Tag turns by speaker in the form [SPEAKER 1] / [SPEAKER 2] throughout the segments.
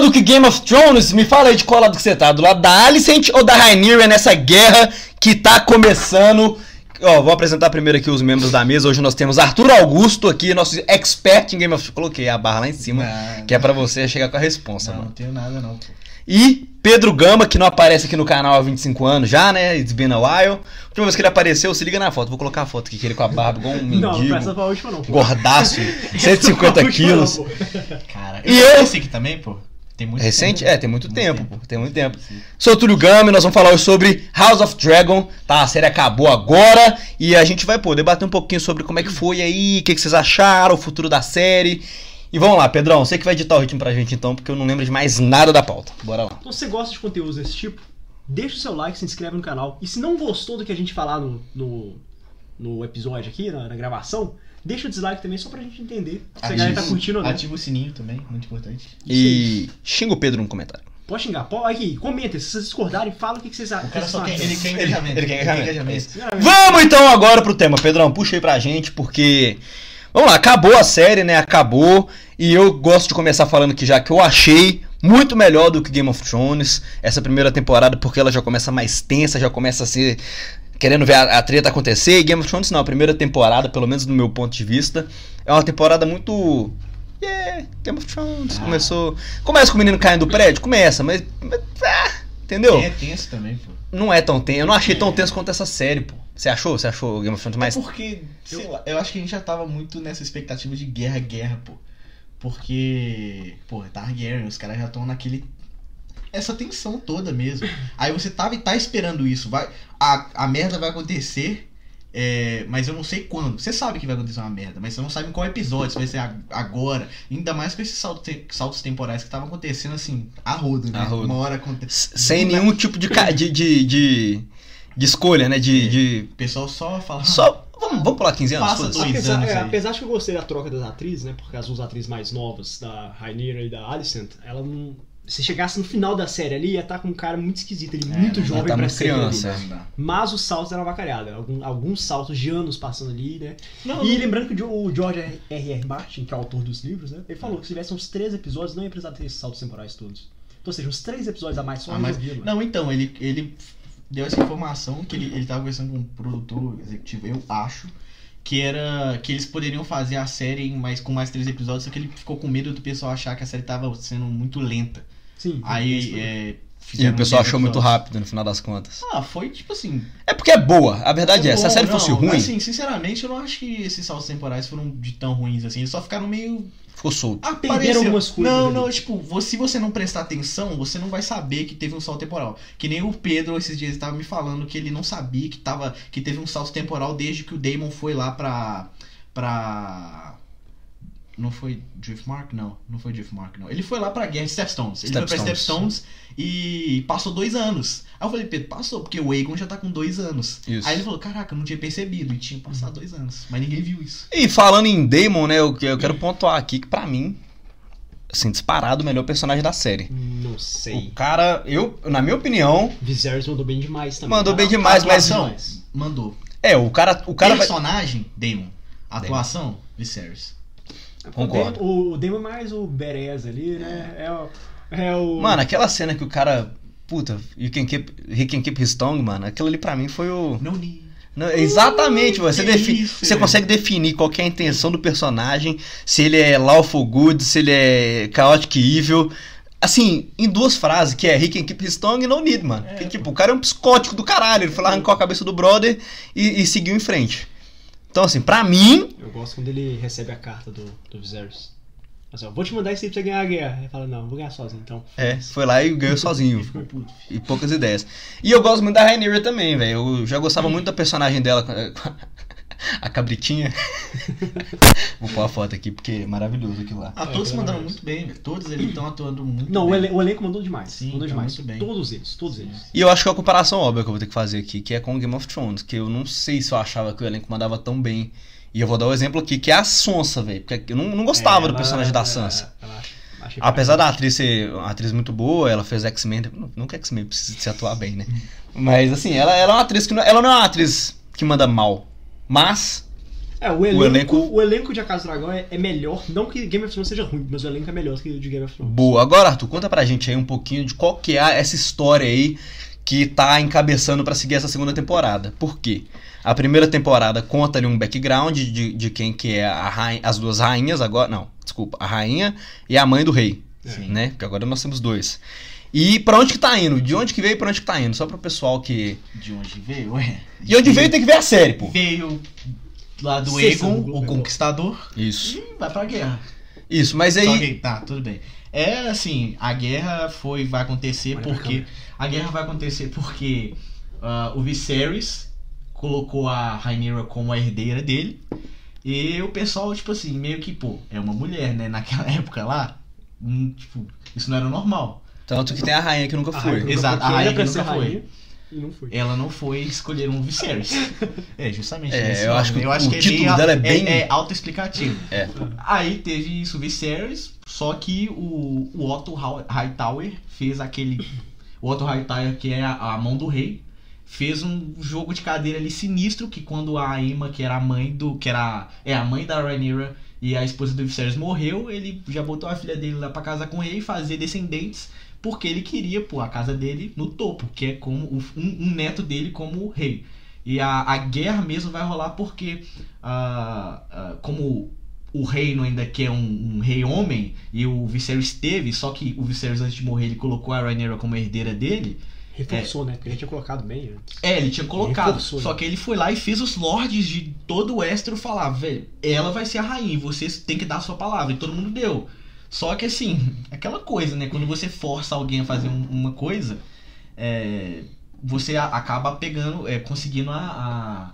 [SPEAKER 1] do que Game of Thrones, me fala aí de qual lado que você tá, do lado da Alicent ou da Rhaenyra nessa guerra que tá começando? Ó, vou apresentar primeiro aqui os membros da mesa. Hoje nós temos Arthur Augusto aqui, nosso expert em Game of Thrones. Coloquei a barra lá em cima,
[SPEAKER 2] Não,
[SPEAKER 1] que é pra você chegar com a responsa,
[SPEAKER 2] não,
[SPEAKER 1] mano.
[SPEAKER 2] não tenho nada não, pô.
[SPEAKER 1] E Pedro Gama, que não aparece aqui no canal há 25 anos já, né? It's been a while. A última vez que ele apareceu, se liga na foto. Vou colocar a foto aqui, que ele com a barba igual um mendigo.
[SPEAKER 3] Não, não presta pra última não. pô.
[SPEAKER 1] Gordaço,
[SPEAKER 3] Essa
[SPEAKER 1] 150
[SPEAKER 3] é a última,
[SPEAKER 1] quilos.
[SPEAKER 3] não, pô.
[SPEAKER 2] Cara,
[SPEAKER 1] E
[SPEAKER 2] já
[SPEAKER 1] eu?
[SPEAKER 2] conheci aqui também, pô. Tem muito
[SPEAKER 1] Recente?
[SPEAKER 2] tempo.
[SPEAKER 1] É, tem muito tempo, pô, tem muito tempo. Sou Túlio Gama e nós vamos falar hoje sobre House of Dragon, tá? A série acabou agora e a gente vai, pô, debater um pouquinho sobre como é que foi aí, o que, que vocês acharam, o futuro da série. E vamos lá, Pedrão, você que vai editar o ritmo pra gente então, porque eu não lembro de mais nada da pauta. Bora lá.
[SPEAKER 3] Então, se você gosta de conteúdos desse tipo, deixa o seu like, se inscreve no canal. E se não gostou do que a gente falar no, no, no episódio aqui, na, na gravação, deixa o dislike também, só pra gente entender se a galera tá curtindo ou não.
[SPEAKER 2] Ativa o sininho também, muito importante.
[SPEAKER 1] E xinga o Pedro no comentário.
[SPEAKER 3] Pode xingar, pode. Aqui, comenta. Se vocês discordarem, fala o que, que vocês acham.
[SPEAKER 2] O cara só
[SPEAKER 3] vocês
[SPEAKER 2] quer,
[SPEAKER 3] acham.
[SPEAKER 2] ele quer engajamento.
[SPEAKER 1] Ele quer engajamento.
[SPEAKER 3] Sinceramente,
[SPEAKER 1] Vamos então agora pro tema, Pedrão, puxa aí pra gente, porque. Vamos lá, acabou a série, né? Acabou. E eu gosto de começar falando que já que eu achei muito melhor do que Game of Thrones essa primeira temporada, porque ela já começa mais tensa, já começa a ser. Querendo ver a, a treta acontecer. E Game of Thrones não, a primeira temporada, pelo menos do meu ponto de vista, é uma temporada muito. Yeah, Game of Thrones.
[SPEAKER 2] Ah.
[SPEAKER 1] Começou. Começa com o menino caindo do prédio? Começa, mas. mas, ah, entendeu?
[SPEAKER 2] Quem é tenso também, pô.
[SPEAKER 1] Não é tão tenso. Eu não achei tão tenso quanto essa série, pô. Você achou? Você achou Game of Thrones
[SPEAKER 3] É,
[SPEAKER 1] mais.
[SPEAKER 2] Porque, sei lá, eu acho que a gente já tava muito nessa expectativa de guerra, guerra, pô. Porque, pô, é Targaryen, os caras já estão naquele. Essa tensão toda mesmo. Aí você tava e tá esperando isso. Vai, a, a merda vai acontecer, é, mas eu não sei quando. Você sabe que vai acontecer uma merda, mas você não sabe em qual episódio, se vai ser a- agora. Ainda mais com esses salto te- saltos temporais que estavam acontecendo assim, a rodo, né?
[SPEAKER 1] A rodo.
[SPEAKER 2] Uma hora acontece.
[SPEAKER 1] S- Sem nenhum tipo de, ca- de, de, de, de escolha, né? De, de-
[SPEAKER 2] O pessoal só fala.
[SPEAKER 1] Só. Vamos, vamos pular 15 anos?
[SPEAKER 2] É. Passa
[SPEAKER 1] foda-se.
[SPEAKER 2] dois.
[SPEAKER 3] Apesar,
[SPEAKER 2] anos
[SPEAKER 3] é,
[SPEAKER 2] aí.
[SPEAKER 3] apesar de que eu gostei da troca das atrizes, né? Porque as duas atrizes mais novas, da Rainira e da Alicent, ela não. Se chegasse no final da série ali, ia estar com um cara muito esquisito, ele
[SPEAKER 2] É,
[SPEAKER 3] muito
[SPEAKER 2] não dá,
[SPEAKER 3] jovem
[SPEAKER 1] tá
[SPEAKER 3] pra
[SPEAKER 1] muito
[SPEAKER 3] ser ele.
[SPEAKER 1] criança.
[SPEAKER 2] Não, não.
[SPEAKER 3] Mas os saltos eram avacalhados, algum- alguns saltos de anos passando ali, né?
[SPEAKER 2] "Ah, Não,
[SPEAKER 3] E lembrando que o Jo- o George R.R. Martin, que é o autor dos livros, né? Ele falou que se tivesse uns três episódios, não ia precisar ter esses saltos temporais todos. Então, ou seja, uns três episódios a mais só
[SPEAKER 2] Ah, mas-
[SPEAKER 3] resolvia, mano.
[SPEAKER 2] Não, então, ele, ele deu essa informação que ele, ele tava conversando com um produtor executivo, eu acho, que era que eles poderiam fazer a série em mais, com mais três episódios, só que ele ficou com medo do pessoal achar que a série tava sendo muito lenta.
[SPEAKER 3] Sim.
[SPEAKER 2] Aí, é,
[SPEAKER 3] é...
[SPEAKER 1] E
[SPEAKER 2] fizeram
[SPEAKER 1] o pessoal
[SPEAKER 2] dez
[SPEAKER 1] achou muito
[SPEAKER 2] episódios.
[SPEAKER 1] rápido no final das contas.
[SPEAKER 2] Ah, foi tipo assim.
[SPEAKER 1] É porque é boa, a verdade é.
[SPEAKER 2] bom,
[SPEAKER 1] Se a série
[SPEAKER 2] não,
[SPEAKER 1] fosse ruim,
[SPEAKER 2] Assim, sinceramente, eu não acho que esses saltos temporais foram de tão ruins assim. Eles só ficaram meio
[SPEAKER 1] ficou solto.
[SPEAKER 2] Apareceu.
[SPEAKER 3] Perderam algumas coisas
[SPEAKER 2] Não,
[SPEAKER 3] ali.
[SPEAKER 2] não, tipo, vo- se você não prestar atenção, você não vai saber que teve um salto temporal. Que nem o Pedro esses dias estava me falando que ele não sabia que, tava, que teve um salto temporal desde que o Damon foi lá pra. pra. Não foi Driftmark? Não, não foi Driftmark, não. Ele foi lá pra guerra de Stepstones. Ele foi pra
[SPEAKER 1] Stepstones.
[SPEAKER 2] Stepstones e passou dois anos. Aí eu falei, Pedro, passou, porque o Aegon já tá com dois anos.
[SPEAKER 1] Isso.
[SPEAKER 2] Aí ele falou, caraca, eu não tinha percebido. E tinha
[SPEAKER 3] Uhum.
[SPEAKER 2] passado dois anos. Mas ninguém viu isso.
[SPEAKER 1] E falando em Damon, né? Eu, eu quero pontuar aqui que pra mim, assim, disparado o melhor personagem da série.
[SPEAKER 3] Não
[SPEAKER 1] O
[SPEAKER 3] sei.
[SPEAKER 1] cara, eu, na minha opinião,
[SPEAKER 3] Viserys mandou bem demais também.
[SPEAKER 1] Mandou
[SPEAKER 2] Ah,
[SPEAKER 3] tá?
[SPEAKER 1] bem demais, mas-
[SPEAKER 3] Demais.
[SPEAKER 2] Mandou.
[SPEAKER 1] é, o cara, o cara vai.
[SPEAKER 2] personagem, Damon. Atuação, Viserys.
[SPEAKER 1] Concordo.
[SPEAKER 3] O, o Damon mais o Berez ali, né? É o... É o...
[SPEAKER 1] Mano, aquela cena que o cara. Puta, you can keep, he can keep his tongue, mano. Aquilo ali pra mim foi o.
[SPEAKER 2] No need.
[SPEAKER 1] Não, exatamente, mano. você,
[SPEAKER 2] que
[SPEAKER 1] defi-
[SPEAKER 2] isso,
[SPEAKER 1] você
[SPEAKER 2] velho.
[SPEAKER 1] consegue definir qual que é a intenção do personagem, se ele é lawful good, se ele é chaotic evil. Assim, em duas frases, que é He can keep his tongue no need, mano.
[SPEAKER 2] É,
[SPEAKER 1] que,
[SPEAKER 2] pô.
[SPEAKER 1] tipo, o cara é um psicótico do caralho, ele foi lá, arrancou a cabeça do brother e, e seguiu em frente. Então, assim, pra mim,
[SPEAKER 3] Eu gosto quando ele recebe a carta do, do Viserys. Assim, ó, vou te mandar isso aí pra você ganhar a guerra. Ele fala, não, vou ganhar sozinho, então.
[SPEAKER 1] é, foi lá e ganhou sozinho.
[SPEAKER 2] Ficou puto.
[SPEAKER 1] E poucas ideias. E eu gosto muito da Rhaenyra também, velho. Eu já gostava muito da personagem dela. com a- com a- A cabritinha. Vou pôr a foto aqui porque é maravilhoso aquilo lá.
[SPEAKER 2] Ah,
[SPEAKER 3] É,
[SPEAKER 2] todos
[SPEAKER 3] pelo
[SPEAKER 2] mandaram
[SPEAKER 3] menos.
[SPEAKER 2] muito bem, velho. Todos eles estão atuando muito
[SPEAKER 3] Não, o,
[SPEAKER 2] bem.
[SPEAKER 3] ele- o elenco mandou demais.
[SPEAKER 2] Sim,
[SPEAKER 3] mandou
[SPEAKER 2] tá
[SPEAKER 3] demais.
[SPEAKER 2] muito bem.
[SPEAKER 3] Todos eles, todos eles.
[SPEAKER 1] E eu acho que é a comparação óbvia que eu vou ter que fazer aqui, que é com Game of Thrones, que eu não sei se eu achava que o elenco mandava tão bem. E eu vou dar o exemplo aqui, que é a Sonsa, velho. Porque eu não, não gostava do
[SPEAKER 3] É, ela-
[SPEAKER 1] personagem da
[SPEAKER 3] ela-
[SPEAKER 1] Sansa.
[SPEAKER 3] ela- ela- achei
[SPEAKER 1] Apesar
[SPEAKER 3] fraca.
[SPEAKER 1] da atriz ser uma atriz muito boa, ela fez X-Men. não- Nunca X-Men precisa se atuar bem, né? Mas assim, ela, ela é uma atriz que não, ela não é uma atriz que manda mal. Mas
[SPEAKER 3] É, o elenco, o elenco...
[SPEAKER 1] elenco-
[SPEAKER 3] de A Casa do Dragão é, é melhor. Não que Game of Thrones seja ruim, mas o elenco é melhor que o de Game of Thrones.
[SPEAKER 1] Boa. Agora, Arthur, conta pra gente aí um pouquinho de qual que é essa história aí que tá encabeçando pra seguir essa segunda temporada. Por quê? A primeira temporada conta ali um background de, de quem que é a rainha, as duas rainhas agora. Não, desculpa. A rainha e a mãe do rei,
[SPEAKER 2] Sim.
[SPEAKER 1] né? Porque agora nós temos dois. E pra onde que tá indo? De onde que veio e pra onde que tá indo? Só pro pessoal que...
[SPEAKER 2] De onde veio, é.
[SPEAKER 1] E onde veio tem que ver a série, pô.
[SPEAKER 2] Veio lá do
[SPEAKER 3] Sexta
[SPEAKER 2] Egon,
[SPEAKER 3] no Globo,
[SPEAKER 1] né,
[SPEAKER 2] o
[SPEAKER 3] é bom.
[SPEAKER 2] conquistador,
[SPEAKER 1] Isso.
[SPEAKER 2] e vai pra guerra.
[SPEAKER 1] Isso, mas
[SPEAKER 2] Só
[SPEAKER 1] aí...
[SPEAKER 2] que, tá, tudo bem. É assim, a guerra foi, vai acontecer
[SPEAKER 3] Olha pra
[SPEAKER 2] porque. A guerra vai acontecer porque ah, o Viserys colocou a Rhaenyra como a herdeira dele. E o pessoal, tipo assim, meio que, pô, é uma mulher, né? Naquela época lá, hum, tipo, isso não era normal.
[SPEAKER 1] Tanto que tem a rainha que nunca
[SPEAKER 2] Ah,
[SPEAKER 3] A
[SPEAKER 1] foi.
[SPEAKER 3] Rainha
[SPEAKER 2] Exato,
[SPEAKER 3] nunca
[SPEAKER 2] a
[SPEAKER 3] foi, que era
[SPEAKER 2] Rainha
[SPEAKER 3] pra
[SPEAKER 2] nunca
[SPEAKER 3] ser
[SPEAKER 2] foi.
[SPEAKER 3] rainha E não foi.
[SPEAKER 2] Ela não foi escolher um Viserys. É, justamente.
[SPEAKER 1] É,
[SPEAKER 2] nesse
[SPEAKER 1] eu acho
[SPEAKER 2] nome.
[SPEAKER 1] que o- o título
[SPEAKER 2] meio-
[SPEAKER 1] dela é bem-
[SPEAKER 2] É, autoexplicativo.
[SPEAKER 1] É.
[SPEAKER 2] Aí teve isso, o Viserys, só que o, o Otto Hau- Hightower fez aquele... O Otto Hightower, que é a, a mão do rei, fez um jogo de cadeira ali sinistro, que quando a Emma, que era a mãe do... que era... é a mãe da Rhaenyra e a esposa do Viserys morreu, ele já botou a filha dele lá pra casar com o rei e fazer descendentes porque ele queria pôr a casa dele no topo, que é como o- um, um neto dele como rei. E a, a guerra mesmo vai rolar porque, ah, ah, como o reino ainda quer um, um rei homem, e o Viserys teve, só que o Viserys antes de morrer ele colocou a Rhaenyra como herdeira dele,
[SPEAKER 3] Reforçou, né? Porque ele tinha colocado bem antes.
[SPEAKER 2] é, ele tinha colocado.
[SPEAKER 3] Reforçou, né?
[SPEAKER 2] só que ele foi lá e fez os lords de todo o Westeros falar, velho, ela vai ser a rainha, e vocês têm que dar a sua palavra. E todo mundo deu. Só que assim, aquela coisa, né? Quando você força alguém a fazer um- uma coisa, é, você a- acaba pegando, é, conseguindo a,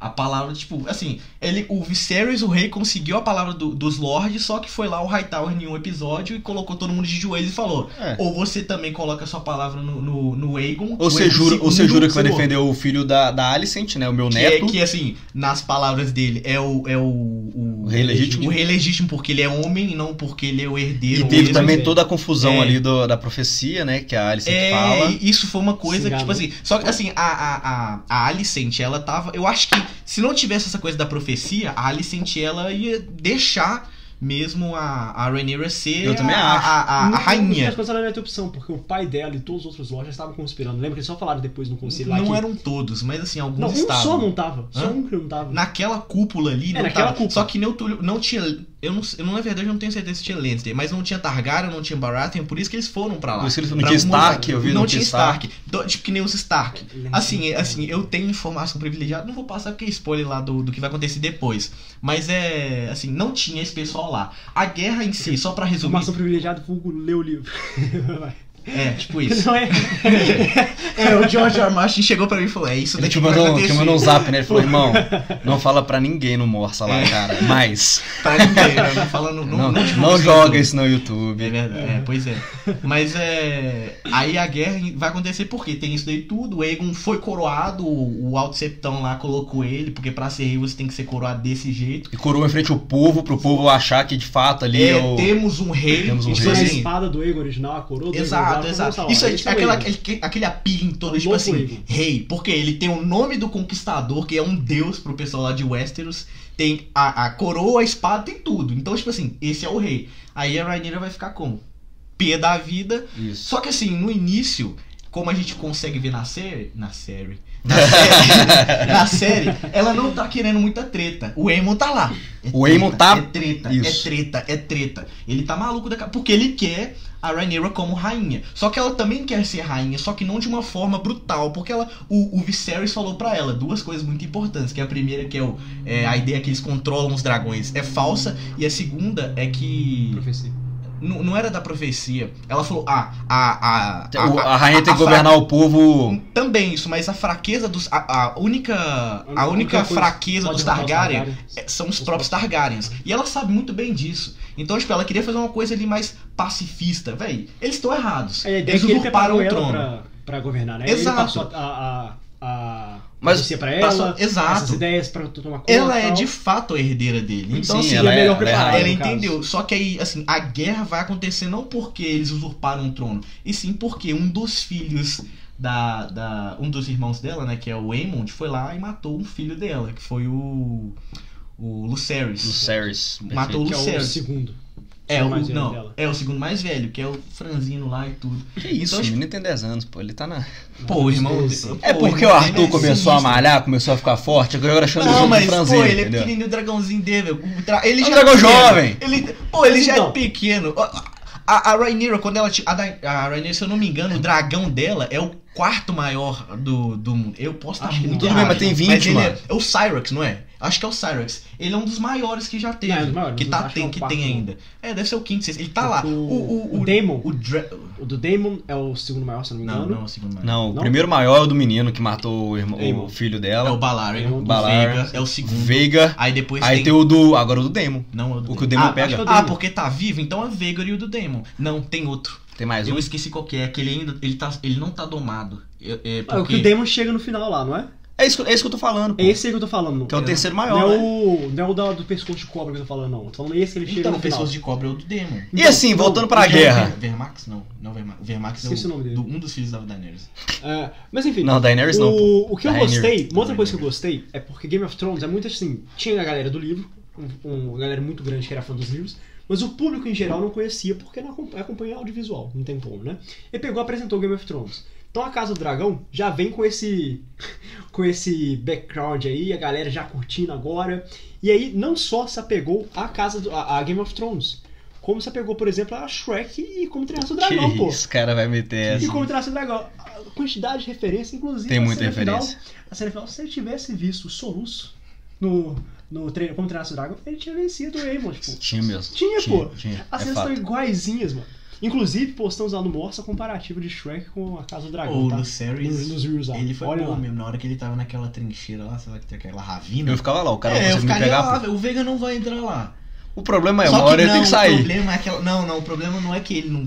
[SPEAKER 2] a, a palavra, tipo, assim, ele, o Viserys, o rei, conseguiu a palavra do- dos lords, só que foi lá o Hightower em um episódio e colocou todo mundo de joelhos e falou,
[SPEAKER 1] É.
[SPEAKER 2] ou você também coloca a sua palavra no, no, no Aegon,
[SPEAKER 1] Ou
[SPEAKER 2] o
[SPEAKER 1] você
[SPEAKER 2] Aegon
[SPEAKER 1] jura, ou você
[SPEAKER 2] II,
[SPEAKER 1] jura que vai
[SPEAKER 2] acabou.
[SPEAKER 1] defender o filho da, da Alicent, né? O meu
[SPEAKER 2] Que é
[SPEAKER 1] neto.
[SPEAKER 2] que, assim, nas palavras dele, é o. É o, o,
[SPEAKER 1] O rei legítimo.
[SPEAKER 2] O rei legítimo, porque ele é homem e não porque ele é o herdeiro.
[SPEAKER 1] E teve
[SPEAKER 2] mesmo.
[SPEAKER 1] também
[SPEAKER 3] mesmo.
[SPEAKER 1] toda a confusão
[SPEAKER 2] É.
[SPEAKER 1] ali do- da profecia, né? Que a Alicent
[SPEAKER 2] É,
[SPEAKER 1] fala.
[SPEAKER 2] isso foi uma coisa
[SPEAKER 3] Se
[SPEAKER 2] que, tipo
[SPEAKER 3] enganou.
[SPEAKER 2] assim. Só que, assim, a, a, a, a Alicent, ela tava. Eu acho que se não tivesse essa coisa da profecia, a Alicent, ela ia deixar mesmo a, a Rhaenyra ser
[SPEAKER 1] Eu também
[SPEAKER 2] a,
[SPEAKER 1] acho.
[SPEAKER 2] a, a, a
[SPEAKER 3] No- No fim
[SPEAKER 2] rainha.
[SPEAKER 3] das contas, ela não ia ter opção, porque o pai dela e todos os outros lojas estavam conspirando. Lembra que eles só falaram depois no conselho lá
[SPEAKER 2] Não
[SPEAKER 3] que...
[SPEAKER 2] eram todos, mas, assim, alguns
[SPEAKER 3] Não, um
[SPEAKER 2] estavam.
[SPEAKER 3] só não tava. Só
[SPEAKER 2] Hã?
[SPEAKER 3] um que não tava.
[SPEAKER 2] Naquela cúpula ali,
[SPEAKER 3] É,
[SPEAKER 2] não
[SPEAKER 3] naquela
[SPEAKER 2] tava-
[SPEAKER 3] cúpula.
[SPEAKER 2] Só que nem o Túlio- não tinha. Eu não, eu não, na verdade, eu não tenho certeza se tinha Lannister, mas não tinha Targaryen, não tinha Baratheon, por isso que eles foram pra lá.
[SPEAKER 1] Por isso que ele não
[SPEAKER 2] Pra
[SPEAKER 1] tinha
[SPEAKER 2] mudar.
[SPEAKER 1] Stark, eu vi
[SPEAKER 2] não
[SPEAKER 1] não
[SPEAKER 2] tinha Stark. Do- tipo que nem os Stark.
[SPEAKER 3] Lembra
[SPEAKER 2] Assim,
[SPEAKER 3] que-
[SPEAKER 2] é- assim, eu tenho informação privilegiada, não vou passar porque é spoiler lá do, do que vai acontecer depois. Mas é. Assim, não tinha esse pessoal lá. A guerra em si, só pra resumir.
[SPEAKER 3] Informação privilegiada, vulgo, lê o livro. Vai.
[SPEAKER 2] É, tipo isso.
[SPEAKER 3] Não é...
[SPEAKER 2] é, o George R. R. Martin chegou pra mim e falou: É isso
[SPEAKER 1] Ele
[SPEAKER 2] daqui
[SPEAKER 1] te
[SPEAKER 2] que vai
[SPEAKER 1] mandou, te
[SPEAKER 2] acontecer.
[SPEAKER 1] mandou um zap, né? Ele falou, irmão, não fala pra ninguém no Morsa lá, cara. Mas,
[SPEAKER 2] Pra ninguém, né? Não fala, É. não, não,
[SPEAKER 1] não,
[SPEAKER 2] não
[SPEAKER 1] não,
[SPEAKER 2] divulga isso.
[SPEAKER 1] joga isso no
[SPEAKER 2] É
[SPEAKER 1] YouTube.
[SPEAKER 2] verdade, é, pois é. Mas é. Aí a guerra vai acontecer porque tem isso daí tudo. O Aegon foi coroado, o o Alto Septão lá colocou ele, porque pra ser rei você tem que ser coroado desse jeito.
[SPEAKER 1] E coroa em frente ao povo, pro povo achar que de fato ali
[SPEAKER 2] É,
[SPEAKER 1] é o...
[SPEAKER 2] Temos um rei.
[SPEAKER 1] Temos um
[SPEAKER 2] tipo
[SPEAKER 3] Foi a
[SPEAKER 1] rei.
[SPEAKER 2] assim,
[SPEAKER 3] espada do Egon original, a coroa do
[SPEAKER 2] Exato,
[SPEAKER 3] Egon,
[SPEAKER 2] exato. Isso é,
[SPEAKER 3] é
[SPEAKER 2] aquela, aquele, aquele apio em torno, tipo
[SPEAKER 3] Louco
[SPEAKER 2] assim,
[SPEAKER 3] Aegon.
[SPEAKER 2] rei. Porque ele tem o nome do conquistador, que é um deus pro pessoal lá de Westeros. Tem a, a coroa, a espada, tem tudo. Então, tipo assim, esse é o rei. Aí a Rhaenyra vai ficar como? Pia da vida,
[SPEAKER 1] Isso.
[SPEAKER 2] Só que assim, no início, como a gente consegue ver na série. Na série. Na série, na série, ela não tá querendo muita treta. O Eamon tá lá. É
[SPEAKER 1] O Aemon
[SPEAKER 2] treta,
[SPEAKER 1] tá-
[SPEAKER 2] É treta,
[SPEAKER 1] Isso.
[SPEAKER 2] é treta, é treta. Ele tá maluco da ca- Porque ele quer a Rhaenyra como rainha. Só que ela também quer ser rainha, só que não de uma forma brutal. Porque ela. O, o Viserys falou pra ela duas coisas muito importantes. Que a primeira que é, o, é a ideia que eles controlam os dragões é falsa. E a segunda é que.
[SPEAKER 3] Profecia.
[SPEAKER 2] Não, não era da profecia. Ela falou, ah, a. A, Hum.
[SPEAKER 1] O- A rainha tem que governar o povo...
[SPEAKER 2] Também isso, mas a fraqueza dos. A, a única. A única
[SPEAKER 3] coisa que
[SPEAKER 2] fraqueza
[SPEAKER 3] pode
[SPEAKER 2] dos
[SPEAKER 3] matar os
[SPEAKER 2] Targaryen
[SPEAKER 3] Targaryen.
[SPEAKER 2] é- são os próprios Targaryens. E ela sabe muito bem disso. Então, tipo, ela queria fazer uma coisa ali mais pacifista, véi. Eles estão errados.
[SPEAKER 3] É, a ideia
[SPEAKER 2] Eles
[SPEAKER 3] é que ele
[SPEAKER 2] usurparam
[SPEAKER 3] preparou
[SPEAKER 2] o trono.
[SPEAKER 3] ela Pra, pra governar, né?
[SPEAKER 2] Exato.
[SPEAKER 3] Ele passou a, a, a, a
[SPEAKER 1] Mas
[SPEAKER 3] profecia pra
[SPEAKER 2] Pra
[SPEAKER 3] ela,
[SPEAKER 2] sua-
[SPEAKER 3] essas
[SPEAKER 2] Exato.
[SPEAKER 3] ideias pra tu tomar conta.
[SPEAKER 2] Ela é
[SPEAKER 3] tal.
[SPEAKER 2] de fato a herdeira dele. Então,
[SPEAKER 1] Sim,
[SPEAKER 2] assim,
[SPEAKER 1] ela
[SPEAKER 3] é
[SPEAKER 1] é-
[SPEAKER 3] melhor
[SPEAKER 1] ela é
[SPEAKER 3] preparada.
[SPEAKER 1] rainha.
[SPEAKER 2] Ela
[SPEAKER 3] no caso.
[SPEAKER 2] entendeu. Só que aí, assim, a guerra vai acontecer não porque eles usurparam o trono, e sim porque um dos filhos da. da um dos irmãos dela, né, que é o Aemond, foi lá e matou um filho dela, que foi o. o Lucerys.
[SPEAKER 1] Lucerys. perfeito.
[SPEAKER 2] Matou
[SPEAKER 3] que é o
[SPEAKER 2] Lucerys.
[SPEAKER 3] segundo.
[SPEAKER 2] É, o,
[SPEAKER 3] mais velho
[SPEAKER 2] não,
[SPEAKER 3] dela.
[SPEAKER 2] é o segundo mais velho, que é o franzino lá e tudo.
[SPEAKER 1] Que isso,
[SPEAKER 2] Então,
[SPEAKER 1] o
[SPEAKER 2] tipo,
[SPEAKER 1] menino tem 10 anos, pô. Ele tá na.
[SPEAKER 2] Pô, irmão.
[SPEAKER 3] Esse-
[SPEAKER 2] pô,
[SPEAKER 1] É porque
[SPEAKER 2] irmão,
[SPEAKER 1] o Arthur
[SPEAKER 2] ele é
[SPEAKER 1] começou a
[SPEAKER 2] sinistro.
[SPEAKER 1] malhar, começou a ficar forte, agora chama os
[SPEAKER 2] Não,
[SPEAKER 1] outros
[SPEAKER 2] mas,
[SPEAKER 1] um de
[SPEAKER 2] pô,
[SPEAKER 1] franzino,
[SPEAKER 2] ele é
[SPEAKER 1] entendeu?
[SPEAKER 2] pequenininho, o dragãozinho dele. O dra- ele
[SPEAKER 1] É um
[SPEAKER 2] já
[SPEAKER 1] dragão
[SPEAKER 2] pequeno.
[SPEAKER 1] jovem.
[SPEAKER 2] Ele, pô, ele
[SPEAKER 3] Mas
[SPEAKER 2] já
[SPEAKER 3] então-
[SPEAKER 2] é pequeno. A, a, a Rhaenyra, quando ela... ti- A, da- a Rhaenyra, se eu não me engano, o dragão dela é o quarto maior do, do mundo. Eu posso estar
[SPEAKER 3] Acho que
[SPEAKER 2] muito
[SPEAKER 3] não.
[SPEAKER 1] Tudo bem, mas tem 20,
[SPEAKER 2] ele
[SPEAKER 1] mano.
[SPEAKER 2] É, é o Cyrax, não é? Acho que é o Cyrax. Ele é um dos maiores que já teve.
[SPEAKER 3] Não, é um dos maiores,
[SPEAKER 2] que,
[SPEAKER 3] mas
[SPEAKER 2] tá,
[SPEAKER 3] acho que é
[SPEAKER 2] tem,
[SPEAKER 3] o
[SPEAKER 2] que
[SPEAKER 3] quarto.
[SPEAKER 2] tem ainda. É, deve ser o quinto, sexto. Ele tá lá.
[SPEAKER 3] O-
[SPEAKER 2] O... O...
[SPEAKER 3] o Daemon.
[SPEAKER 2] O... Dra-
[SPEAKER 3] O do Damon é o segundo maior, se eu não me
[SPEAKER 2] Não,
[SPEAKER 3] engano. Ah,
[SPEAKER 2] não é o segundo maior.
[SPEAKER 1] Não, o
[SPEAKER 3] Não?
[SPEAKER 1] primeiro maior é o do menino que matou o, irmão-
[SPEAKER 3] Ei,
[SPEAKER 1] o filho dela.
[SPEAKER 2] É o Balarion. O
[SPEAKER 1] Balarion.
[SPEAKER 2] Veiga é o segundo.
[SPEAKER 1] Veiga.
[SPEAKER 2] Aí depois
[SPEAKER 1] Aí tem o do. Agora o do Demo.
[SPEAKER 2] Não, é o, do
[SPEAKER 1] O que o
[SPEAKER 2] Daemon.
[SPEAKER 1] Daemon
[SPEAKER 2] ah,
[SPEAKER 1] pega.
[SPEAKER 2] acho que é o
[SPEAKER 3] Ah,
[SPEAKER 2] Daemon. porque tá vivo, então é Veigar e o do Demon. Não, tem outro.
[SPEAKER 1] Tem mais
[SPEAKER 2] Eu
[SPEAKER 1] um.
[SPEAKER 2] esqueci qual que é, que ele ainda. Ele, tá, ele não tá domado. É, é
[SPEAKER 3] É o que
[SPEAKER 2] porque...
[SPEAKER 3] o Damon chega no final lá, não é?
[SPEAKER 1] É isso, que- é isso que eu tô falando, pô.
[SPEAKER 3] É esse aí que eu tô falando.
[SPEAKER 1] Que é o
[SPEAKER 2] Eu-
[SPEAKER 1] terceiro
[SPEAKER 3] Não é
[SPEAKER 1] maior. né?
[SPEAKER 3] o, não é o da- do pescoço de cobra que eu tô falando, não. Eu tô falando esse que ele chega
[SPEAKER 2] então,
[SPEAKER 3] no
[SPEAKER 2] o
[SPEAKER 3] final.
[SPEAKER 2] pessoas de cobra é o do Demon.
[SPEAKER 1] E assim, voltando pra
[SPEAKER 2] O que é o
[SPEAKER 1] guerra.
[SPEAKER 2] Ver- Vermax? Não, não é Vermax. O Vermax é
[SPEAKER 3] Esqueci o nome dele.
[SPEAKER 2] do- um dos filhos da Daenerys.
[SPEAKER 3] É, mas enfim.
[SPEAKER 1] Não, Daenerys não, pô.
[SPEAKER 3] O, o que eu
[SPEAKER 1] Daenerys.
[SPEAKER 3] gostei, uma outra coisa que eu gostei é porque Game of Thrones é muito assim. Tinha a galera do livro, um- um- uma galera muito grande que era fã dos livros, mas o público em geral não conhecia porque não acom- acompanha audiovisual, não tem como, né? Ele pegou e apresentou Game of Thrones. Então a Casa do Dragão já vem com esse com esse background aí, a galera já curtindo agora. E aí não só se apegou à Casa do, a, Game of Thrones, como se apegou, por exemplo, a Shrek e como treinar seu dragão,
[SPEAKER 1] que
[SPEAKER 3] pô.
[SPEAKER 1] isso, cara vai meter
[SPEAKER 3] E
[SPEAKER 1] essa.
[SPEAKER 3] como traço do dragão, a quantidade de referência, inclusive.
[SPEAKER 1] Tem
[SPEAKER 3] a
[SPEAKER 1] muita
[SPEAKER 3] cena final-
[SPEAKER 1] referência.
[SPEAKER 3] a cena final, se ele tivesse visto o Soluço no, no treino como traço do dragão, ele tinha vencido o Aemon, tipo.
[SPEAKER 1] Tinha mesmo.
[SPEAKER 3] Tinha, pô.
[SPEAKER 1] Tinha.
[SPEAKER 3] As
[SPEAKER 1] é
[SPEAKER 3] cenas
[SPEAKER 1] fato.
[SPEAKER 3] estão iguaizinhas, mano. Inclusive, postamos lá no Morsa comparativo de Shrek com a Casa do Dragão,
[SPEAKER 2] Ou
[SPEAKER 3] tá?
[SPEAKER 2] do
[SPEAKER 3] Nos,
[SPEAKER 2] Ceres.
[SPEAKER 3] nos Reels lá.
[SPEAKER 2] Ele foi
[SPEAKER 3] Olha
[SPEAKER 2] bom
[SPEAKER 3] lá.
[SPEAKER 2] mesmo. Na hora que ele tava naquela trincheira lá, sei lá que tem aquela ravina.
[SPEAKER 1] Eu ficava lá, o cara não
[SPEAKER 2] é, eu
[SPEAKER 1] conseguia me
[SPEAKER 2] ficaria
[SPEAKER 1] pegar,
[SPEAKER 2] lá,
[SPEAKER 1] pô.
[SPEAKER 2] velho. o Veiga não vai entrar lá.
[SPEAKER 1] O problema é,
[SPEAKER 2] Só
[SPEAKER 1] uma
[SPEAKER 2] que
[SPEAKER 1] hora ele
[SPEAKER 2] não,
[SPEAKER 1] tem que
[SPEAKER 2] O
[SPEAKER 1] sair.
[SPEAKER 2] problema é aquela... Não, não, o problema não é que ele não.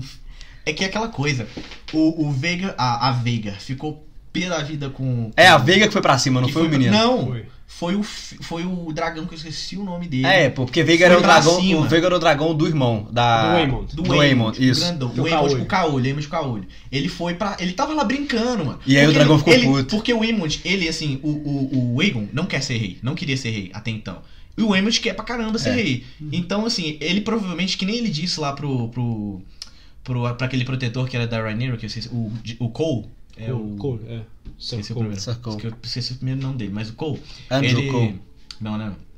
[SPEAKER 2] É que é aquela coisa. O, o Veiga. A, a Veiga ficou pé da vida com.
[SPEAKER 1] É a
[SPEAKER 2] com-
[SPEAKER 1] Veiga que foi pra cima, não
[SPEAKER 2] que
[SPEAKER 1] foi o menino.
[SPEAKER 2] Não, foi.
[SPEAKER 3] Foi.
[SPEAKER 2] o, fi- foi o dragão que eu esqueci o nome dele.
[SPEAKER 1] É, pô, porque Veiga era
[SPEAKER 2] Foi
[SPEAKER 1] o
[SPEAKER 2] pra
[SPEAKER 1] dragão.
[SPEAKER 2] cima.
[SPEAKER 1] O Veiga era o dragão do irmão. Da...
[SPEAKER 3] Do Waymond.
[SPEAKER 1] Do Waymond, isso.
[SPEAKER 2] O tipo, grandão.
[SPEAKER 3] Do
[SPEAKER 2] O Waymond,
[SPEAKER 3] Caolho.
[SPEAKER 2] o Caolho, o Waymond, o Caolho. Ele foi pra. Ele tava lá brincando, mano.
[SPEAKER 1] E aí o
[SPEAKER 2] Porque
[SPEAKER 1] dragão
[SPEAKER 2] ele-
[SPEAKER 1] ficou
[SPEAKER 2] ele-
[SPEAKER 1] puto.
[SPEAKER 2] Porque o Waymond, ele, assim, o, o, o Aegon não quer ser rei. Não queria ser rei até então. E o Waymond quer pra caramba ser
[SPEAKER 1] É.
[SPEAKER 2] rei.
[SPEAKER 3] Uhum.
[SPEAKER 2] Então, assim, ele provavelmente, que nem ele disse lá pro. pro, pro pra aquele protetor que era da Rhaenyra, que eu esqueci. O, o Cole. É o.
[SPEAKER 3] Cole, é. Seu
[SPEAKER 2] Esqueci o
[SPEAKER 3] Cole.
[SPEAKER 2] primeiro.
[SPEAKER 1] Sir Cole.
[SPEAKER 2] Esque- Eu esqueci o primeiro nome dele, mas o Cole.
[SPEAKER 1] Andrew
[SPEAKER 2] ele...
[SPEAKER 1] Cole.
[SPEAKER 2] Não, não.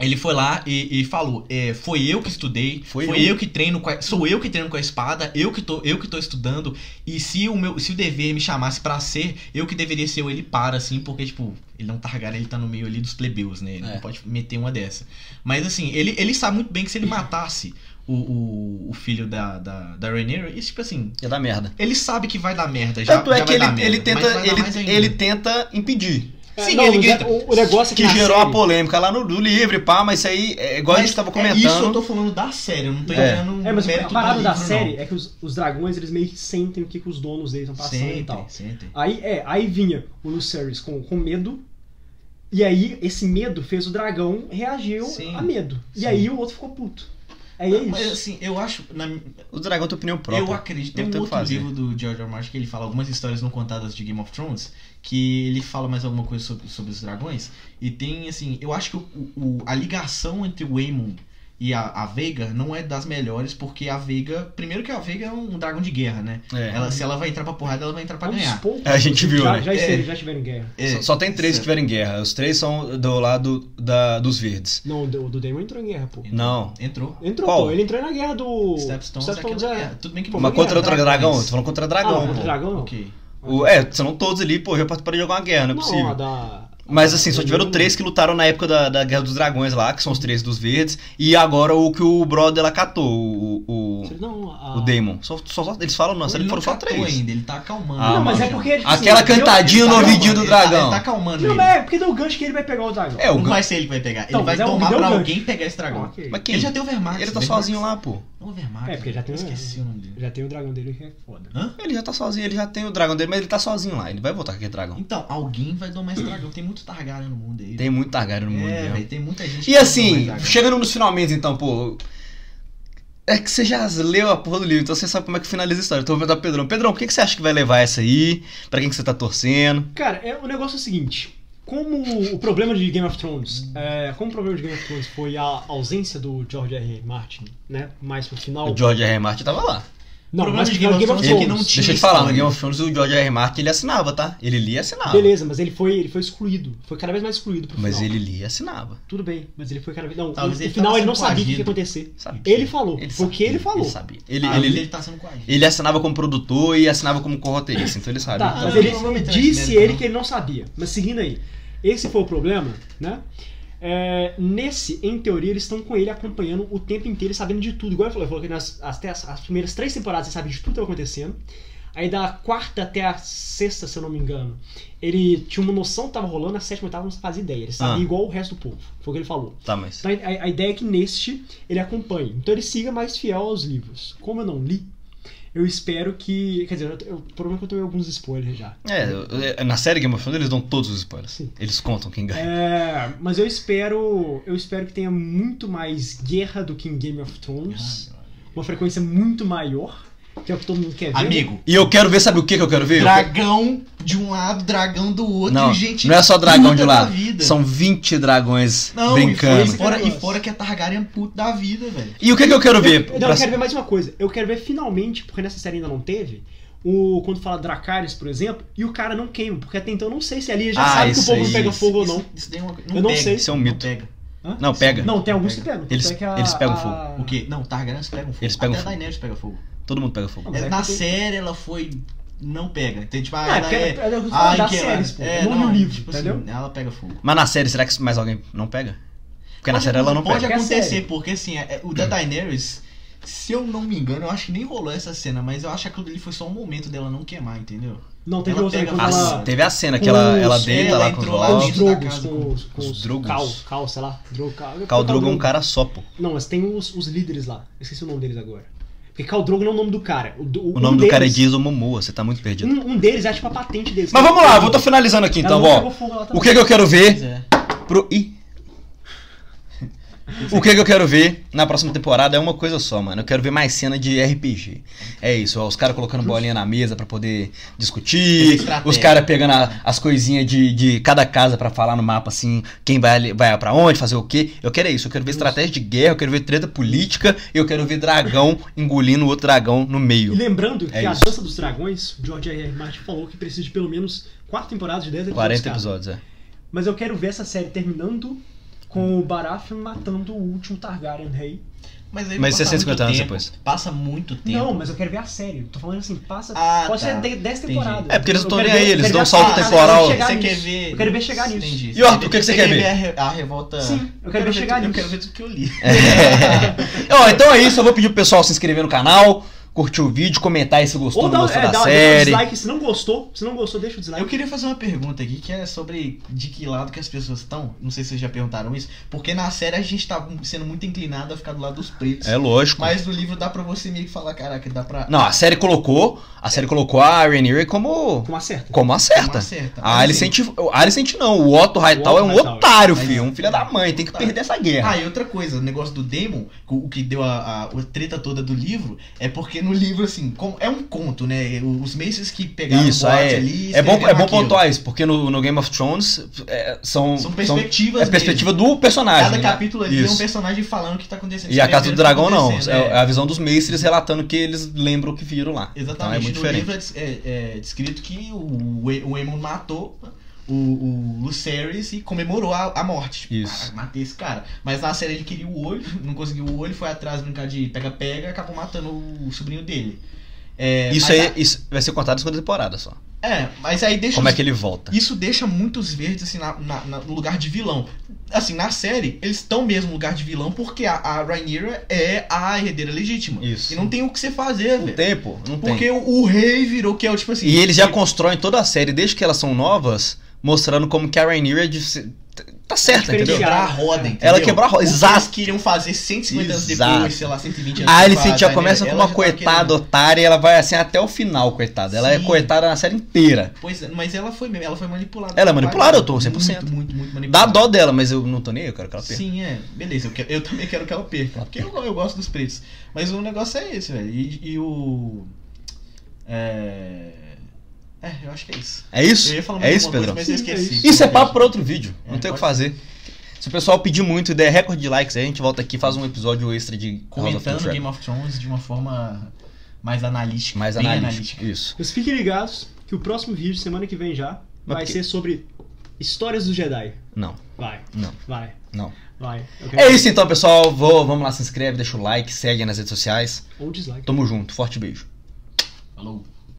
[SPEAKER 2] Ele foi lá e, e falou: é, foi eu que estudei,
[SPEAKER 1] Foi
[SPEAKER 2] foi,
[SPEAKER 1] eu.
[SPEAKER 2] eu. que treino, com a- sou eu que treino com a espada, eu que tô, eu que tô estudando. E se o meu, se o dever me chamasse pra ser, eu que deveria ser o ele para assim, porque tipo ele não targar, ele tá no meio ali dos plebeus, né? Ele
[SPEAKER 1] É.
[SPEAKER 2] não pode meter uma dessa. Mas assim, ele, ele sabe muito bem que se ele matasse o, o, o filho da da, da Rhaenyra, isso tipo assim,
[SPEAKER 1] Ia dar merda.
[SPEAKER 2] ele sabe que vai dar merda. Já,
[SPEAKER 1] Tanto é
[SPEAKER 2] já
[SPEAKER 1] que ele,
[SPEAKER 2] vai dar merda,
[SPEAKER 1] ele
[SPEAKER 2] mas
[SPEAKER 1] tenta,
[SPEAKER 2] vai dar mais
[SPEAKER 1] ele,
[SPEAKER 2] ainda.
[SPEAKER 1] ele tenta impedir.
[SPEAKER 3] É,
[SPEAKER 2] Sim,
[SPEAKER 3] não,
[SPEAKER 2] ele
[SPEAKER 3] mas é-
[SPEAKER 2] grita.
[SPEAKER 3] O, o negócio é
[SPEAKER 1] Que
[SPEAKER 3] que na
[SPEAKER 1] gerou a
[SPEAKER 3] série-
[SPEAKER 1] polêmica lá no, do livre, pá, mas isso aí, é, igual a
[SPEAKER 2] Mas
[SPEAKER 1] gente tava
[SPEAKER 2] é Isso eu
[SPEAKER 1] comentando.
[SPEAKER 2] tô falando da série, eu não tô
[SPEAKER 1] É.
[SPEAKER 2] entrando no
[SPEAKER 3] É, mas a
[SPEAKER 2] mérito
[SPEAKER 3] parada
[SPEAKER 2] do
[SPEAKER 3] da
[SPEAKER 2] livro,
[SPEAKER 3] série
[SPEAKER 2] não.
[SPEAKER 3] é que os, os dragões, eles meio que sentem o que, que os donos deles estão passando e tal.
[SPEAKER 2] Sentem, sentem.
[SPEAKER 3] Aí, é, aí vinha o Lucerys com, com medo. E aí, esse medo fez o dragão reagir
[SPEAKER 2] Sim.
[SPEAKER 3] a medo. E
[SPEAKER 2] Sim.
[SPEAKER 3] aí o outro ficou puto. Aí é
[SPEAKER 2] Mas
[SPEAKER 3] isso.
[SPEAKER 2] assim, eu acho. na-
[SPEAKER 1] O dragão tem opinião
[SPEAKER 2] eu
[SPEAKER 1] própria.
[SPEAKER 2] acredito.
[SPEAKER 1] não
[SPEAKER 2] Tem
[SPEAKER 1] tem
[SPEAKER 2] um
[SPEAKER 1] o que
[SPEAKER 2] outro
[SPEAKER 1] fazer.
[SPEAKER 2] livro do George R. R. Martin que ele fala algumas histórias não contadas de Game of Thrones. Que ele fala mais alguma coisa sobre, sobre os dragões. E tem, assim, eu acho que o- o- a ligação entre o Aemon e a, a Veigar não é das melhores, porque a Veiga. Primeiro que a Veiga é um dragão de guerra, né?
[SPEAKER 1] É.
[SPEAKER 2] Ela, se ela vai entrar pra porrada, ela vai entrar pra
[SPEAKER 3] Então,
[SPEAKER 2] ganhar.
[SPEAKER 3] os poucos,
[SPEAKER 1] É, a gente viu,
[SPEAKER 3] já,
[SPEAKER 1] né?
[SPEAKER 3] Já, estiveram-
[SPEAKER 2] É.
[SPEAKER 3] já tiveram guerra.
[SPEAKER 2] É,
[SPEAKER 1] Só, só tem três que
[SPEAKER 2] certo.
[SPEAKER 1] tiveram guerra. Os três são do lado da, dos verdes.
[SPEAKER 3] Não, o do Daemon entrou em guerra, pô.
[SPEAKER 1] Não.
[SPEAKER 2] Entrou.
[SPEAKER 3] Entrou,
[SPEAKER 1] Qual?
[SPEAKER 3] pô. Ele entrou na guerra do...
[SPEAKER 2] Stepstones,
[SPEAKER 3] Stepstones,
[SPEAKER 2] aquela
[SPEAKER 3] é.
[SPEAKER 2] guerra. Tudo bem que
[SPEAKER 3] Pô,
[SPEAKER 1] Mas
[SPEAKER 3] mas
[SPEAKER 1] contra
[SPEAKER 3] guerra,
[SPEAKER 1] o dragão, dragão. Tô falando contra
[SPEAKER 3] Ah,
[SPEAKER 1] dragão,
[SPEAKER 3] não,
[SPEAKER 1] pô.
[SPEAKER 3] dragão não.
[SPEAKER 2] Ok.
[SPEAKER 1] O- é, são todos ali, porra, eu participei de alguma guerra, não é possível.
[SPEAKER 3] a da...
[SPEAKER 1] Mas
[SPEAKER 3] a
[SPEAKER 1] assim,
[SPEAKER 3] do
[SPEAKER 1] só tiveram
[SPEAKER 3] Daemon,
[SPEAKER 1] três que lutaram na época da, da Guerra dos Dragões lá, que são os três dos verdes, e agora o que o brother lá catou, o, o, o-
[SPEAKER 3] Não, a...
[SPEAKER 1] o Daemon. Só, só- só- eles falam, nossa,
[SPEAKER 2] Ele
[SPEAKER 1] eles
[SPEAKER 2] não
[SPEAKER 1] foram só
[SPEAKER 2] catou
[SPEAKER 1] três.
[SPEAKER 2] Ainda, ele tá acalmando.
[SPEAKER 1] Ah,
[SPEAKER 3] Não, mas
[SPEAKER 1] mano.
[SPEAKER 3] é porque... tipo,
[SPEAKER 1] Aquela
[SPEAKER 3] assim, deu-
[SPEAKER 1] cantadinha
[SPEAKER 2] Ele
[SPEAKER 1] no
[SPEAKER 2] tá
[SPEAKER 1] ouvidinho
[SPEAKER 2] acalmando,
[SPEAKER 1] do
[SPEAKER 2] ele tá-
[SPEAKER 1] dragão.
[SPEAKER 2] Ele tá acalmando
[SPEAKER 3] Não,
[SPEAKER 2] ele.
[SPEAKER 3] mas é porque deu o gancho que ele vai pegar o dragão.
[SPEAKER 1] É, o
[SPEAKER 2] Não
[SPEAKER 1] Gan-
[SPEAKER 2] vai ser ele que vai pegar. Ele
[SPEAKER 3] Então,
[SPEAKER 2] vai
[SPEAKER 3] mas é um
[SPEAKER 2] tomar
[SPEAKER 3] deu
[SPEAKER 2] pra
[SPEAKER 3] gancho.
[SPEAKER 2] alguém pegar esse dragão.
[SPEAKER 3] Ok.
[SPEAKER 1] Mas quem?
[SPEAKER 2] Ele já tem o Vermax.
[SPEAKER 1] Ele tá
[SPEAKER 2] Vermax.
[SPEAKER 1] sozinho lá, pô.
[SPEAKER 2] Não, o Vermax. né?
[SPEAKER 3] É, porque já tem
[SPEAKER 2] Eu
[SPEAKER 3] o-
[SPEAKER 1] um
[SPEAKER 2] esqueci o nome dele.
[SPEAKER 3] Já tem o dragão dele que é foda.
[SPEAKER 2] Hã?
[SPEAKER 1] Ele já tá sozinho, ele já tem o dragão dele, mas ele tá sozinho lá. Ele vai voltar com aquele dragão.
[SPEAKER 2] Então, alguém vai domar esse dragão. Tem muito Targaryen no mundo aí.
[SPEAKER 1] Tem muito Targaryen no mundo.
[SPEAKER 2] É,
[SPEAKER 1] mesmo.
[SPEAKER 2] velho, tem muita gente.
[SPEAKER 1] E assim,
[SPEAKER 2] chega.
[SPEAKER 1] chegando nos finalmente, então, pô. É que você já leu a porra do livro, então você sabe como é que finaliza a história. Eu tô perguntando pro Pedrão. Pedrão, o que, que você acha que vai levar essa aí? Pra quem que você tá torcendo?
[SPEAKER 3] Cara, é, o negócio é o seguinte. como o problema de Game of Thrones, é, como o problema de Game of Thrones foi a ausência do George R. R. Martin, né? Mais pro final.
[SPEAKER 1] O George R. R. Martin tava lá.
[SPEAKER 3] Não,
[SPEAKER 2] O problema
[SPEAKER 3] mas
[SPEAKER 2] de
[SPEAKER 3] pro final
[SPEAKER 2] Game of Thrones é que
[SPEAKER 3] um
[SPEAKER 2] não tinha
[SPEAKER 1] Deixa eu te falar, no
[SPEAKER 2] história.
[SPEAKER 1] Game of Thrones o George R. R. Martin ele assinava, tá? Ele lia e assinava.
[SPEAKER 3] Beleza, mas ele foi, ele foi excluído. Foi cada vez mais excluído pro
[SPEAKER 1] Mas
[SPEAKER 3] final.
[SPEAKER 1] ele lia e assinava.
[SPEAKER 3] Tudo bem, mas ele foi cada vez. Não,
[SPEAKER 2] Talvez
[SPEAKER 3] no
[SPEAKER 2] ele
[SPEAKER 3] final
[SPEAKER 2] tava
[SPEAKER 3] ele não
[SPEAKER 2] sendo
[SPEAKER 3] sabia o que ia
[SPEAKER 2] coagido.
[SPEAKER 3] acontecer.
[SPEAKER 1] Sabia.
[SPEAKER 3] Ele falou. foi o que ele falou.
[SPEAKER 1] Ele sabia. Ele,
[SPEAKER 2] Ah,
[SPEAKER 1] ele,
[SPEAKER 2] mas
[SPEAKER 1] ele,
[SPEAKER 2] ele tá sendo coagido.
[SPEAKER 1] ele assinava como produtor e assinava como corroteirista, então ele sabe.
[SPEAKER 3] Tá,
[SPEAKER 2] Ah,
[SPEAKER 3] mas
[SPEAKER 2] não,
[SPEAKER 3] ele
[SPEAKER 2] não vou meter nesse
[SPEAKER 3] disse
[SPEAKER 2] mérito,
[SPEAKER 3] ele
[SPEAKER 2] não.
[SPEAKER 3] que ele não sabia. Mas seguindo aí, esse foi o problema, né? É, nesse, em teoria, eles estão com ele acompanhando o tempo inteiro e sabendo de tudo. Igual ele falou, ele falou que nas, até as, as primeiras três temporadas ele sabe de tudo que tá acontecendo. Aí da quarta até a sexta, se eu não me engano, ele tinha uma noção do que tava rolando, a sétima e oitava não fazia ideia. Ele sabia
[SPEAKER 1] Ah.
[SPEAKER 3] igual o resto do povo. Foi o que ele falou.
[SPEAKER 1] Tá, mas.
[SPEAKER 3] Então, a, a ideia é que neste ele acompanhe. Então ele siga mais fiel aos livros. Como eu não li, eu espero que. Quer dizer, eu- eu- o problema é que eu tomei alguns spoilers já.
[SPEAKER 1] É, eu- eu- na série Game of Thrones eles dão todos os spoilers.
[SPEAKER 3] Sim.
[SPEAKER 1] Eles contam quem ganha.
[SPEAKER 3] É, mas eu espero. Eu espero que tenha muito mais guerra do que em Game of
[SPEAKER 1] Ah.
[SPEAKER 3] Thrones.
[SPEAKER 2] Ah,
[SPEAKER 3] Uma frequência muito maior, que é o que todo mundo quer ver.
[SPEAKER 2] Amigo,
[SPEAKER 1] E eu quero ver, sabe o que que eu quero ver? Eu quero-
[SPEAKER 2] dragão de um lado, dragão do outro,
[SPEAKER 1] Não,
[SPEAKER 2] e gente.
[SPEAKER 1] não é só dragão
[SPEAKER 2] puta
[SPEAKER 1] de
[SPEAKER 2] da
[SPEAKER 1] lado.
[SPEAKER 2] vida.
[SPEAKER 1] São 20 dragões
[SPEAKER 2] Não,
[SPEAKER 1] brincando.
[SPEAKER 2] e
[SPEAKER 1] E,
[SPEAKER 3] esse-
[SPEAKER 2] fora, e fora,
[SPEAKER 3] negócio.
[SPEAKER 2] e fora que é Targaryen puto da vida, velho.
[SPEAKER 1] o que que eu quero ver?
[SPEAKER 3] Então, Eu, não,
[SPEAKER 1] Pra-
[SPEAKER 3] eu quero ver mais uma coisa. Eu quero ver finalmente, porque nessa série ainda não teve. O, quando fala Dracarys, por exemplo, e o cara não queima, porque até então eu não sei se ali ele já
[SPEAKER 1] Ah,
[SPEAKER 3] sabe que o
[SPEAKER 1] isso
[SPEAKER 3] povo
[SPEAKER 1] aí,
[SPEAKER 3] pega
[SPEAKER 1] isso-
[SPEAKER 3] fogo ou
[SPEAKER 2] Isso-
[SPEAKER 3] não.
[SPEAKER 2] Isso daí é uma co-
[SPEAKER 3] Eu não
[SPEAKER 2] pega,
[SPEAKER 3] sei.
[SPEAKER 1] Isso é um mito.
[SPEAKER 2] Não pega.
[SPEAKER 3] Hã?
[SPEAKER 1] Não, pega.
[SPEAKER 3] Não, tem alguns que
[SPEAKER 2] Pega.
[SPEAKER 3] pegam.
[SPEAKER 1] Eles-
[SPEAKER 3] tanto é que a-
[SPEAKER 1] eles pegam
[SPEAKER 3] a-
[SPEAKER 1] fogo.
[SPEAKER 2] O quê? Não, Targaryens pegam fogo.
[SPEAKER 1] Eles pegam
[SPEAKER 2] Até
[SPEAKER 1] fogo.
[SPEAKER 2] a Daenerys pega fogo.
[SPEAKER 1] Todo mundo pega fogo.
[SPEAKER 3] Mas é
[SPEAKER 2] na
[SPEAKER 3] porque-
[SPEAKER 2] série ela foi. Não pega. Entende? Tipo,
[SPEAKER 3] Ah, é
[SPEAKER 2] ela
[SPEAKER 3] porque
[SPEAKER 2] é.
[SPEAKER 3] é, é, é
[SPEAKER 2] Ah,
[SPEAKER 3] das
[SPEAKER 2] que ela-
[SPEAKER 3] séries, pô.
[SPEAKER 2] é,
[SPEAKER 3] não li o livro,
[SPEAKER 2] tipo
[SPEAKER 3] entendeu?
[SPEAKER 2] Assim, ela pega fogo.
[SPEAKER 1] Mas na série, será que mais alguém não pega? Porque na
[SPEAKER 2] Pode-
[SPEAKER 1] série ela não
[SPEAKER 2] Pode
[SPEAKER 1] pega. Hum.
[SPEAKER 3] Porque é
[SPEAKER 2] acontecer,
[SPEAKER 3] série.
[SPEAKER 2] porque assim, é- é- o da Daenerys, se eu não me engano, eu acho que nem rolou essa cena, mas eu acho que aquilo ali foi só um momento dela não queimar, entendeu?
[SPEAKER 3] Não, teve
[SPEAKER 2] Ela
[SPEAKER 3] outra
[SPEAKER 2] pega
[SPEAKER 3] quando
[SPEAKER 1] A-
[SPEAKER 2] fácil.
[SPEAKER 3] ela...
[SPEAKER 1] teve a cena que ela,
[SPEAKER 3] Com
[SPEAKER 1] ela
[SPEAKER 3] os-
[SPEAKER 1] deita
[SPEAKER 2] ela
[SPEAKER 1] lá com os
[SPEAKER 2] entrou lá
[SPEAKER 3] Com
[SPEAKER 2] Cal-
[SPEAKER 3] os
[SPEAKER 1] olhos.
[SPEAKER 2] dentro-
[SPEAKER 3] drogos,
[SPEAKER 2] casa,
[SPEAKER 3] com os, com
[SPEAKER 1] os
[SPEAKER 3] os
[SPEAKER 1] drogos.
[SPEAKER 3] Cal, cal, sei lá. Drogo, cal,
[SPEAKER 1] Cal Drogo é um
[SPEAKER 3] Drogo.
[SPEAKER 1] cara só, pô.
[SPEAKER 3] Não, mas tem os, os líderes lá. Eu Esqueci o nome deles agora. Porque Cal Drogo não é o nome do cara. O, do-
[SPEAKER 1] O
[SPEAKER 3] um
[SPEAKER 1] nome do cara é
[SPEAKER 3] deles-
[SPEAKER 1] Jason Momoa, você tá muito perdido.
[SPEAKER 3] Um, um deles é tipo a patente deles.
[SPEAKER 1] Mas vamos lá, vou tô finalizando aqui então, ó.
[SPEAKER 3] tá
[SPEAKER 1] O que que eu quero ver
[SPEAKER 2] é.
[SPEAKER 1] pro... Ih. O que que eu quero ver na próxima temporada é uma coisa só, mano. Eu quero ver mais cena de RPG. É isso, ó, os caras colocando bolinha na mesa pra poder discutir,
[SPEAKER 2] Estratégia.
[SPEAKER 1] os caras pegando a- as coisinhas de, de cada casa pra falar no mapa, assim, quem vai, ali- vai pra onde, fazer o quê. Eu quero é isso, eu quero ver estratégia de guerra, eu quero ver treta política, eu quero ver dragão engolindo outro dragão no
[SPEAKER 3] E
[SPEAKER 1] meio.
[SPEAKER 3] lembrando que
[SPEAKER 1] É
[SPEAKER 3] a
[SPEAKER 1] isso.
[SPEAKER 3] Dança dos Dragões, o George R. R. Martin falou que precisa de pelo menos 4 temporadas de 10 episódios.
[SPEAKER 1] 40
[SPEAKER 3] cara.
[SPEAKER 1] episódios, é.
[SPEAKER 3] Mas eu quero ver essa série terminando com o Baratheon matando o último Targaryen rei.
[SPEAKER 2] Mas, aí
[SPEAKER 1] Mas
[SPEAKER 2] passa
[SPEAKER 1] 650
[SPEAKER 2] muito
[SPEAKER 1] anos
[SPEAKER 2] tempo,
[SPEAKER 1] depois.
[SPEAKER 2] Passa muito tempo.
[SPEAKER 3] Não, mas eu quero ver a série. Tô falando assim, passa.
[SPEAKER 2] Ah,
[SPEAKER 3] pode
[SPEAKER 2] tá.
[SPEAKER 3] ser 10
[SPEAKER 2] Entendi.
[SPEAKER 3] temporadas.
[SPEAKER 1] É, porque eles não
[SPEAKER 3] Eu
[SPEAKER 1] tão
[SPEAKER 3] quero
[SPEAKER 1] nem
[SPEAKER 3] ver-
[SPEAKER 1] aí, eles dão
[SPEAKER 3] quero ver
[SPEAKER 1] um
[SPEAKER 3] a
[SPEAKER 1] salto
[SPEAKER 3] série.
[SPEAKER 1] temporal.
[SPEAKER 3] Eu quero chegar
[SPEAKER 2] Você quer
[SPEAKER 3] nisso.
[SPEAKER 2] ver.
[SPEAKER 3] Eu quero ver chegar nisso.
[SPEAKER 2] Entendi.
[SPEAKER 1] E, Arthur, o que que você quer
[SPEAKER 2] A, re- a revolta.
[SPEAKER 3] Sim, eu quero ver
[SPEAKER 2] ver
[SPEAKER 3] chegar
[SPEAKER 2] tudo- Eu
[SPEAKER 3] nisso.
[SPEAKER 2] quero ver tudo que eu li.
[SPEAKER 1] Ó, então é isso, eu vou pedir pro pessoal se inscrever no canal, curtir o vídeo, comentar aí se gostou ou
[SPEAKER 3] Ou
[SPEAKER 1] não
[SPEAKER 3] dá,
[SPEAKER 1] gostou
[SPEAKER 3] é,
[SPEAKER 1] da
[SPEAKER 3] dá,
[SPEAKER 1] série.
[SPEAKER 3] dá um dislike. Se não gostou, se não gostou, deixa o dislike.
[SPEAKER 2] Eu queria fazer uma pergunta aqui que é sobre de que lado que as pessoas estão. Não sei se vocês já perguntaram isso, porque na série a gente tá sendo muito inclinado a ficar do lado dos pretos.
[SPEAKER 1] É lógico.
[SPEAKER 2] Mas no livro dá pra você meio que falar, caraca, dá pra.
[SPEAKER 1] Não, a série colocou, a série colocou a Rhaenyra como
[SPEAKER 3] Como acerta.
[SPEAKER 1] como acerta. Ah,
[SPEAKER 2] Uma certa.
[SPEAKER 1] A
[SPEAKER 2] Mas,
[SPEAKER 1] Alicent,
[SPEAKER 2] assim,
[SPEAKER 1] a Alicent não, o Otto Hightower é um
[SPEAKER 3] Hightower.
[SPEAKER 1] otário,
[SPEAKER 2] Mas-
[SPEAKER 1] filho, um filho da mãe, tem que
[SPEAKER 2] Tá.
[SPEAKER 1] perder essa guerra.
[SPEAKER 2] Ah, e outra coisa, o negócio do Demon, o que deu a, a, a treta toda do livro, é porque no livro, assim, com- é um conto, né? Os Maces que pegaram
[SPEAKER 1] Isso,
[SPEAKER 2] o boate
[SPEAKER 1] é.
[SPEAKER 2] ali.
[SPEAKER 1] É bom, é
[SPEAKER 2] escreveram
[SPEAKER 1] bom
[SPEAKER 2] aquilo.
[SPEAKER 1] pontuar isso, porque no, no Game of Thrones é, são,
[SPEAKER 2] São
[SPEAKER 1] são-
[SPEAKER 2] perspectivas.
[SPEAKER 1] é
[SPEAKER 2] mesmo.
[SPEAKER 1] perspectiva do personagem.
[SPEAKER 2] Cada
[SPEAKER 1] né?
[SPEAKER 2] capítulo ali tem um
[SPEAKER 1] Isso.
[SPEAKER 2] personagem falando o que tá acontecendo.
[SPEAKER 1] E a Casa do Dragão não,
[SPEAKER 2] acontecendo,
[SPEAKER 1] é
[SPEAKER 2] é.
[SPEAKER 1] é a visão dos mestres relatando que eles lembram o que viram lá. Então é
[SPEAKER 2] Exatamente.
[SPEAKER 1] muito
[SPEAKER 2] no
[SPEAKER 1] diferente.
[SPEAKER 2] livro é des- é, é descrito que o, E- o Aemon matou o, o Lucerys e comemorou a, a morte. Tipo,
[SPEAKER 1] Isso.
[SPEAKER 2] "Caraca, matei esse cara. Mas na série ele queria o olho, não conseguiu o olho, foi atrás brincar de pega-pega, acabou matando o sobrinho dele. É,
[SPEAKER 1] isso,
[SPEAKER 2] mas
[SPEAKER 1] aí, isso vai ser contado na segunda temporada só.
[SPEAKER 2] a- é, mas aí deixa
[SPEAKER 1] Como
[SPEAKER 2] os-
[SPEAKER 1] é que ele volta.
[SPEAKER 2] Isso deixa muitos verdes assim, na- na- na- no lugar de vilão. Assim, na série, eles estão mesmo no lugar de vilão porque a, a Rhaenyra é a herdeira legítima.
[SPEAKER 1] Isso.
[SPEAKER 2] E não tem o que você fazer,
[SPEAKER 1] Não
[SPEAKER 2] velho.
[SPEAKER 1] tem, pô. Não tem.
[SPEAKER 2] Porque o, o rei virou que é o tipo assim.
[SPEAKER 1] E eles já constroem toda a série, desde que elas são novas, mostrando como que a Rhaenyra é de se- tá certa, entendeu?
[SPEAKER 3] Diferenciada.
[SPEAKER 2] quebrar a roda, entendeu?
[SPEAKER 1] Ela quebrou a roda,
[SPEAKER 2] O que
[SPEAKER 1] exato.
[SPEAKER 2] Eles queriam fazer 150 anos
[SPEAKER 1] Exato.
[SPEAKER 2] depois, sei lá, 120 anos
[SPEAKER 1] A
[SPEAKER 2] depois,
[SPEAKER 1] Alicent já
[SPEAKER 2] tá
[SPEAKER 1] começa
[SPEAKER 2] entendendo?
[SPEAKER 1] com
[SPEAKER 2] Ela
[SPEAKER 1] uma
[SPEAKER 2] já tava
[SPEAKER 1] coitada
[SPEAKER 2] querendo-
[SPEAKER 1] otária e ela vai assim até o final, coitada. Ela é
[SPEAKER 2] Sim.
[SPEAKER 1] coitada na série inteira.
[SPEAKER 2] Pois é, mas ela foi mesmo, ela foi manipulada.
[SPEAKER 1] Ela é manipulada, eu tô 100%.
[SPEAKER 2] Muito, muito, muito
[SPEAKER 1] Dá
[SPEAKER 2] manipulada.
[SPEAKER 1] dó dela, mas eu não tô nem aí, eu quero que ela perca.
[SPEAKER 2] Sim, é. Beleza, eu, quero- eu também quero que ela perca. Porque eu, eu gosto dos pretos. Mas o negócio é esse, velho. E, e o. É. É, É, eu acho que é isso.
[SPEAKER 1] É isso?
[SPEAKER 2] Eu ia falar
[SPEAKER 1] É
[SPEAKER 2] mais
[SPEAKER 1] isso,
[SPEAKER 2] alguma
[SPEAKER 1] Pedrão?
[SPEAKER 2] coisa, mas eu
[SPEAKER 3] Sim, é
[SPEAKER 2] esqueci.
[SPEAKER 3] isso.
[SPEAKER 1] Isso é papo pra outro vídeo. Não
[SPEAKER 2] É,
[SPEAKER 1] tem o que
[SPEAKER 2] pode-
[SPEAKER 1] fazer. Se o pessoal pedir muito e der recorde de likes aí, a gente volta aqui e faz um episódio extra de House of the
[SPEAKER 2] Comentando
[SPEAKER 1] Dragon.
[SPEAKER 2] Game of Thrones de uma forma mais analítica.
[SPEAKER 1] Mais
[SPEAKER 2] bem
[SPEAKER 1] analítico. Isso.
[SPEAKER 3] Mas fiquem ligados que o próximo vídeo, semana que vem já,
[SPEAKER 1] Mas
[SPEAKER 3] vai
[SPEAKER 1] por quê?
[SPEAKER 3] ser sobre histórias do Jedi.
[SPEAKER 1] Não,
[SPEAKER 3] Vai,
[SPEAKER 1] não,
[SPEAKER 3] vai,
[SPEAKER 1] não.
[SPEAKER 3] vai. Eu quero-
[SPEAKER 1] É isso então, pessoal. Vou, vamos lá, se inscreve, deixa o like, segue nas redes sociais.
[SPEAKER 3] Ou um dislike.
[SPEAKER 1] Tamo junto, forte beijo.
[SPEAKER 2] Falou.